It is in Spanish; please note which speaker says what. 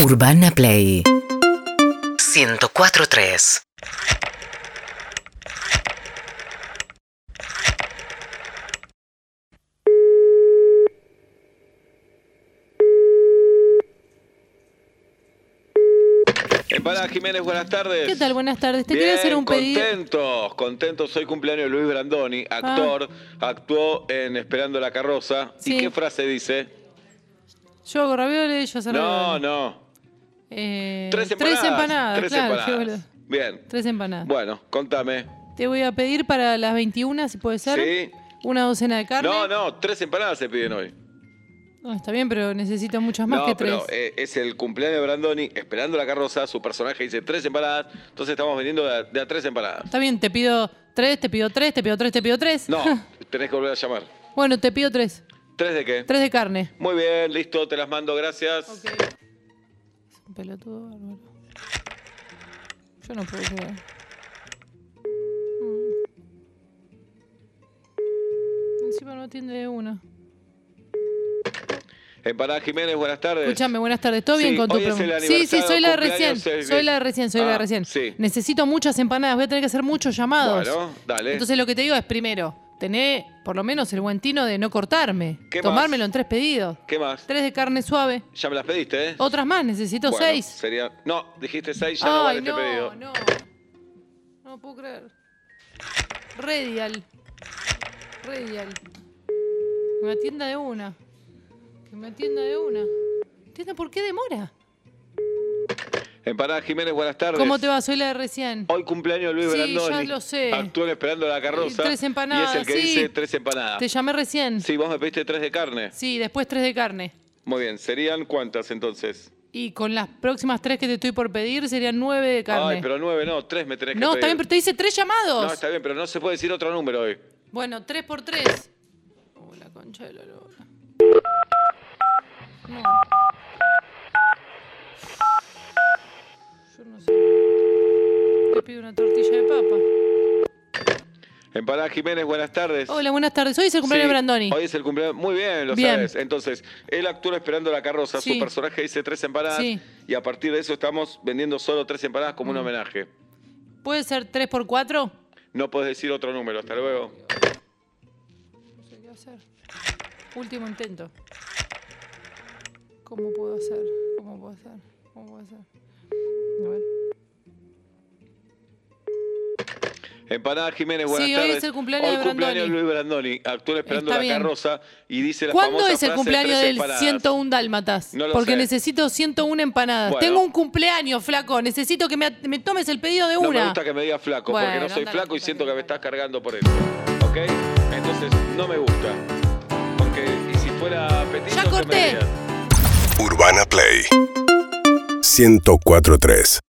Speaker 1: Urbana Play 104.3
Speaker 2: Para Eh, Jiménez, buenas tardes.
Speaker 3: ¿Qué tal? Buenas tardes. Te
Speaker 2: Bien,
Speaker 3: quería hacer un pedido. Ah.
Speaker 2: Contentos, contentos. Hoy cumpleaños de Luis Brandoni, actor. Actuó en Esperando la carroza.
Speaker 3: Sí.
Speaker 2: ¿Y qué frase dice?
Speaker 3: Yo hago ravioles, yo hago
Speaker 2: No, no.
Speaker 3: Eh,
Speaker 2: Tres empanadas.
Speaker 3: Tres empanadas,
Speaker 2: Tres
Speaker 3: claro.
Speaker 2: empanadas.
Speaker 3: sí, boludo.
Speaker 2: Bien.
Speaker 3: Tres empanadas.
Speaker 2: Bueno, contame.
Speaker 3: Te voy a pedir para las 21, si puede ser.
Speaker 2: Sí.
Speaker 3: Una docena de carne.
Speaker 2: No, no, tres empanadas se piden hoy.
Speaker 3: No, está bien, pero necesito muchas más
Speaker 2: no,
Speaker 3: que tres.
Speaker 2: pero eh, es el cumpleaños de Brandoni, esperando la carroza, su personaje dice tres empanadas, entonces estamos vendiendo de a, de a tres empanadas.
Speaker 3: Está bien, te pido tres, te pido tres, te pido tres, te pido tres.
Speaker 2: No, tenés que volver a llamar.
Speaker 3: bueno, te pido tres.
Speaker 2: ¿Tres de qué?
Speaker 3: Tres de carne.
Speaker 2: Muy bien, listo, te las mando, gracias.
Speaker 3: Es un pelotudo bárbaro. Yo no puedo creer. Mm. Encima no atiende una.
Speaker 2: Empanada Jiménez, buenas tardes.
Speaker 3: Escúchame, buenas tardes. ¿Todo bien
Speaker 2: Sí,
Speaker 3: con tu
Speaker 2: hoy es el
Speaker 3: pregunta? Sí,
Speaker 2: aniversario,
Speaker 3: sí, soy la de recién.
Speaker 2: cumpleaños, es
Speaker 3: Soy la de recién, soy la de
Speaker 2: Ah,
Speaker 3: recién.
Speaker 2: sí.
Speaker 3: Necesito muchas empanadas, voy a tener que hacer muchos llamados.
Speaker 2: Bueno, dale.
Speaker 3: Entonces lo que te digo es, primero, tené por lo menos el buen tino de no cortarme.
Speaker 2: ¿Qué más?
Speaker 3: Tomármelo en tres pedidos.
Speaker 2: ¿Qué más?
Speaker 3: Tres de carne suave.
Speaker 2: Ya me las pediste, ¿eh?
Speaker 3: Otras más, necesito
Speaker 2: Bueno,
Speaker 3: seis.
Speaker 2: Sería... No, dijiste seis, ya no vale
Speaker 3: Ay,
Speaker 2: este
Speaker 3: no,
Speaker 2: pedido.
Speaker 3: no. No puedo creer. Redial. Redial. Que me atienda de una. Que me atienda de una. ¿Entiendes por qué demora?
Speaker 2: Empanada Jiménez, buenas tardes.
Speaker 3: ¿Cómo te va? Soy la de recién.
Speaker 2: Hoy cumpleaños de Luis
Speaker 3: Sí,
Speaker 2: Brandoni.
Speaker 3: ya lo sé.
Speaker 2: Actúan esperando la carroza.
Speaker 3: Tres empanadas,
Speaker 2: Y es el que
Speaker 3: sí.
Speaker 2: dice tres empanadas.
Speaker 3: Te llamé recién. Sí.
Speaker 2: Sí, vos me pediste tres de carne.
Speaker 3: después tres de carne.
Speaker 2: Muy bien, ¿serían cuántas entonces?
Speaker 3: Y con las próximas tres que te estoy por pedir serían nueve de carne.
Speaker 2: Ay, pero nueve, no, tres me tenés que
Speaker 3: no,
Speaker 2: pedir.
Speaker 3: está bien, pero te hice tres llamados.
Speaker 2: No, está bien, pero no se puede decir otro número hoy.
Speaker 3: Bueno, tres por tres. Oh, la concha de la lora. No. Yo no sé. Te pido una tortilla de papa.
Speaker 2: Empanada Jiménez, buenas tardes.
Speaker 3: Hola, buenas tardes. Hoy es el cumpleaños
Speaker 2: Sí,
Speaker 3: de Brandoni.
Speaker 2: Hoy es el cumpleaños. Muy bien, lo
Speaker 3: Bien.
Speaker 2: sabes. Entonces, él actúa esperando la carroza.
Speaker 3: Sí.
Speaker 2: Su personaje dice tres empanadas.
Speaker 3: Sí. Mm.
Speaker 2: Y a partir de eso estamos vendiendo solo tres empanadas como un homenaje.
Speaker 3: ¿Puede ser tres por cuatro?
Speaker 2: No puedes decir otro número. Hasta luego.
Speaker 3: No sé qué hacer. Último intento. ¿Cómo puedo hacer? ¿Cómo puedo hacer? ¿Cómo puedo hacer? A ver.
Speaker 2: Empanada Jiménez,
Speaker 3: Sí,
Speaker 2: buenas
Speaker 3: hoy
Speaker 2: tardes.
Speaker 3: es el cumpleaños
Speaker 2: Hoy
Speaker 3: de
Speaker 2: cumpleaños
Speaker 3: Brandoni.
Speaker 2: Luis Brandoni. Actúa esperando
Speaker 3: Está
Speaker 2: la
Speaker 3: bien.
Speaker 2: carroza y dice la
Speaker 3: ¿Cuándo
Speaker 2: famosa
Speaker 3: es el
Speaker 2: frase,
Speaker 3: cumpleaños
Speaker 2: "Tres
Speaker 3: del
Speaker 2: empanadas".
Speaker 3: 101 Dálmatas?
Speaker 2: No lo
Speaker 3: Porque
Speaker 2: sé.
Speaker 3: necesito 101 empanadas.
Speaker 2: Bueno.
Speaker 3: Tengo un cumpleaños, flaco. Necesito que me, at- me tomes el pedido de
Speaker 2: No
Speaker 3: una.
Speaker 2: me gusta que me digas flaco, porque
Speaker 3: Bueno,
Speaker 2: no soy
Speaker 3: anda la
Speaker 2: flaco y
Speaker 3: puta
Speaker 2: siento
Speaker 3: que
Speaker 2: que me
Speaker 3: te
Speaker 2: estás cargando por eso. ¿Ok? Entonces, no me gusta. Porque, y si fuera apetito,
Speaker 3: Ya
Speaker 2: se me
Speaker 3: corté.
Speaker 2: haría.
Speaker 4: Urbana Play 1043